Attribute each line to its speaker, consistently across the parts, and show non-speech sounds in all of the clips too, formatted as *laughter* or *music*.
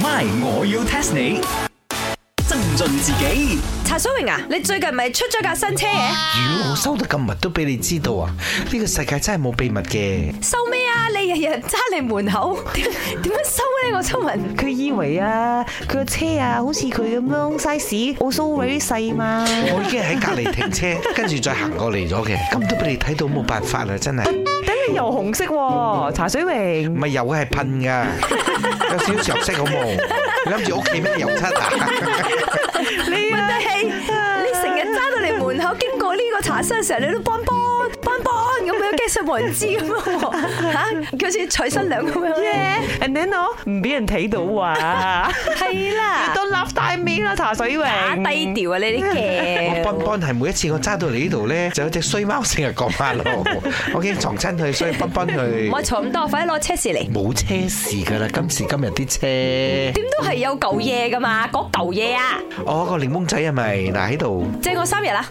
Speaker 1: My，我要 test 你。增進自己，
Speaker 2: *laughs* 茶水榮啊，你最近咪出咗架新車嘅？
Speaker 3: 如果我收得咁密都俾你知道啊！呢個世界真係冇秘密嘅。
Speaker 2: 收咩啊？你日日揸你門口，點點樣收咧？我想問。
Speaker 4: 佢以為啊，佢個車啊，好似佢咁樣 size also very 細嘛。
Speaker 3: 我已經喺隔離停車，跟住再行過嚟咗嘅，咁都俾你睇到冇辦法啦，真係。
Speaker 4: 等你又紅色喎，茶水
Speaker 3: 唔
Speaker 4: 榮。
Speaker 3: 係油係噴㗎，有少少油色好冇？你諗住屋企咩油漆啊？
Speaker 4: 你
Speaker 2: 問
Speaker 4: 啊，
Speaker 2: 題係你成日揸到你門口經過呢個茶室嘅時候，你都幫幫幫幫咁樣，驚上冇人知咁樣喎嚇，佢好似娶新娘咁樣咧。
Speaker 4: 人哋我哦唔俾人睇到
Speaker 2: *laughs*
Speaker 4: 啊。
Speaker 2: 係啦，
Speaker 4: 到立大尾啦，茶水榮。
Speaker 2: 打低調啊呢啲
Speaker 3: 我
Speaker 2: 嘅。
Speaker 3: 邦邦係每一次我揸到嚟呢度咧，就有隻衰貓成日過馬路，我驚撞親佢，所以邦邦佢
Speaker 2: 唔好坐咁多，快啲攞車匙嚟。
Speaker 3: 冇車匙㗎啦。今時今日啲車，
Speaker 2: 點都係有舊嘢噶嘛，嗰舊嘢啊，
Speaker 3: 我個檸檬仔係咪嗱喺度？
Speaker 2: 借我三日啊！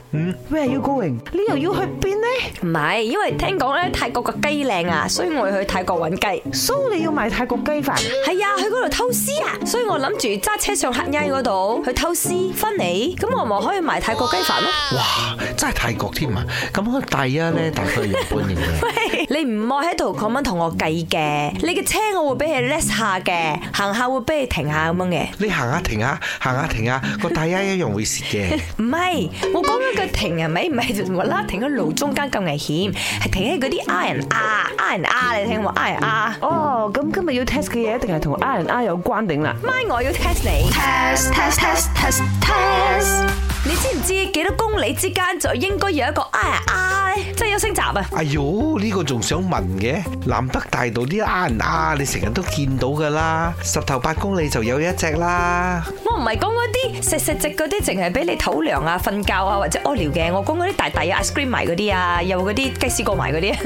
Speaker 4: Where are you going？你又要去邊呢？
Speaker 2: 唔係，因為聽講咧泰國嘅雞靚啊，所以我要去泰國揾雞。
Speaker 4: 蘇你要賣泰國雞飯，
Speaker 2: 係啊，去嗰度偷師啊，所以我諗住揸車上黑埃嗰度去偷師翻嚟，咁我咪可以賣泰國雞飯咯。 *laughs*
Speaker 3: 哇！真係泰國添啊！咁我第一咧大概係日本型嘅，
Speaker 2: 你唔愛喺度咁樣同我計嘅，你嘅車我會俾你 less 下嘅，行下會俾你停下咁樣嘅。
Speaker 3: 你行下停下，行下停下，個大丫一樣會蝕嘅。
Speaker 2: 唔係，我講緊個停係咪？唔係無啦啦停喺路中間咁危險，係停喺嗰啲 R 人 R，R 人 R 你聽喎，R 人 R。
Speaker 4: 哦，咁今日要 test 嘅嘢一定係同 R and R 有關定啦。
Speaker 2: 咪我要 test 你。
Speaker 5: test test test test test
Speaker 2: 你知唔知幾多公里之間就應該有一個 R 人 R 咧？即係有升閘啊！
Speaker 3: 哎呦，呢、個仲想問嘅？南北大道啲啊唔啊，你成日都見到噶啦，十頭八公里就有一隻啦。
Speaker 2: 我唔係講嗰啲石石直嗰啲，淨係俾你肚涼啊、瞓覺啊或者屙尿嘅。我講嗰啲大大啊、ice cream 埋嗰啲啊，又嗰啲雞絲過埋嗰 *laughs* 啲。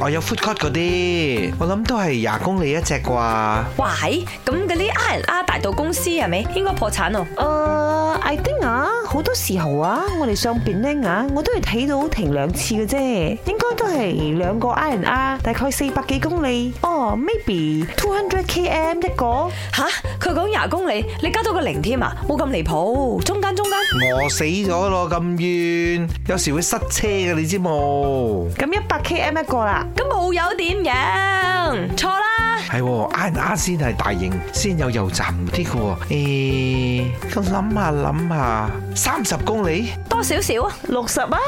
Speaker 3: 我有 food court 嗰啲，我諗都係廿公里一隻啩。
Speaker 2: 哇係咁嗰啲 R R 大道公司係咪應該破產咯？
Speaker 4: 誒、i think 啊，好多時候啊，我哋上邊咧啊，我都係睇到停兩次嘅啫，應該都係兩個 R and R，大概四百幾公里，哦、m a y b e two hundred km 一個。
Speaker 2: 吓，佢講廿公里，你加多個零添啊，冇咁離譜。中間中間，
Speaker 3: 餓死咗咯，咁遠，有時會塞車嘅，你知冇？
Speaker 4: 咁一百 km 一個啦，
Speaker 2: 咁冇有點樣？錯啦，
Speaker 3: 係喎，R R 先係大型，先有油站嗰啲嘅喎。誒、咁諗下諗下，三十公里，
Speaker 2: 多少少啊，
Speaker 4: 六十啊，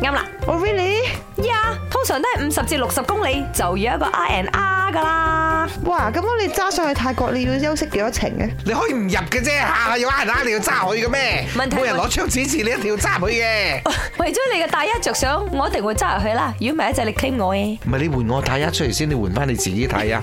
Speaker 2: 啱啦。
Speaker 4: 我 really，
Speaker 2: 呀，通常都係五十至六十公里就要一個 R N R 噶啦。
Speaker 4: 哇！咁我你揸上去泰國，你要休息幾多程嘅？
Speaker 3: 你可以唔入嘅啫，下下有 R R 你要揸佢嘅咩？
Speaker 2: 問題
Speaker 3: 冇人攞槍指示你一定要揸佢嘅。
Speaker 2: *laughs* 為咗你嘅大一着想，我一定會揸入去啦。如果唔係一陣你 claim 我嘅。
Speaker 3: 唔係你換我睇一出嚟先，你換翻你自己睇啊！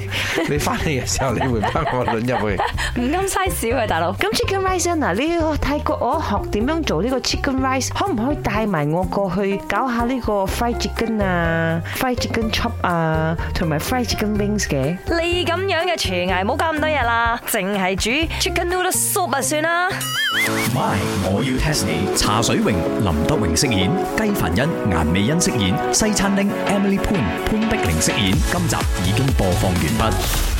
Speaker 3: 你翻嚟嘅時候，你換翻我輪入去。
Speaker 2: 唔啱 size 啊，大佬。
Speaker 4: 咁 chicken rice 啊，嗱，呢個泰國我學點樣做呢個 chicken rice，可唔可以帶埋我過去搞下呢個 fried chicken 啊、fried chicken chop 啊，同埋 fried chicken wings 嘅？
Speaker 2: 你咁樣嘅廚藝，冇搞咁多嘢啦，淨係煮 chicken noodle soup 啊算啦。
Speaker 1: My，我要 test 你。茶水榮、林德榮飾演，雞凡欣、顏美欣飾演，西餐廳 Emily Poon 潘碧玲飾演。今集已經播放完畢。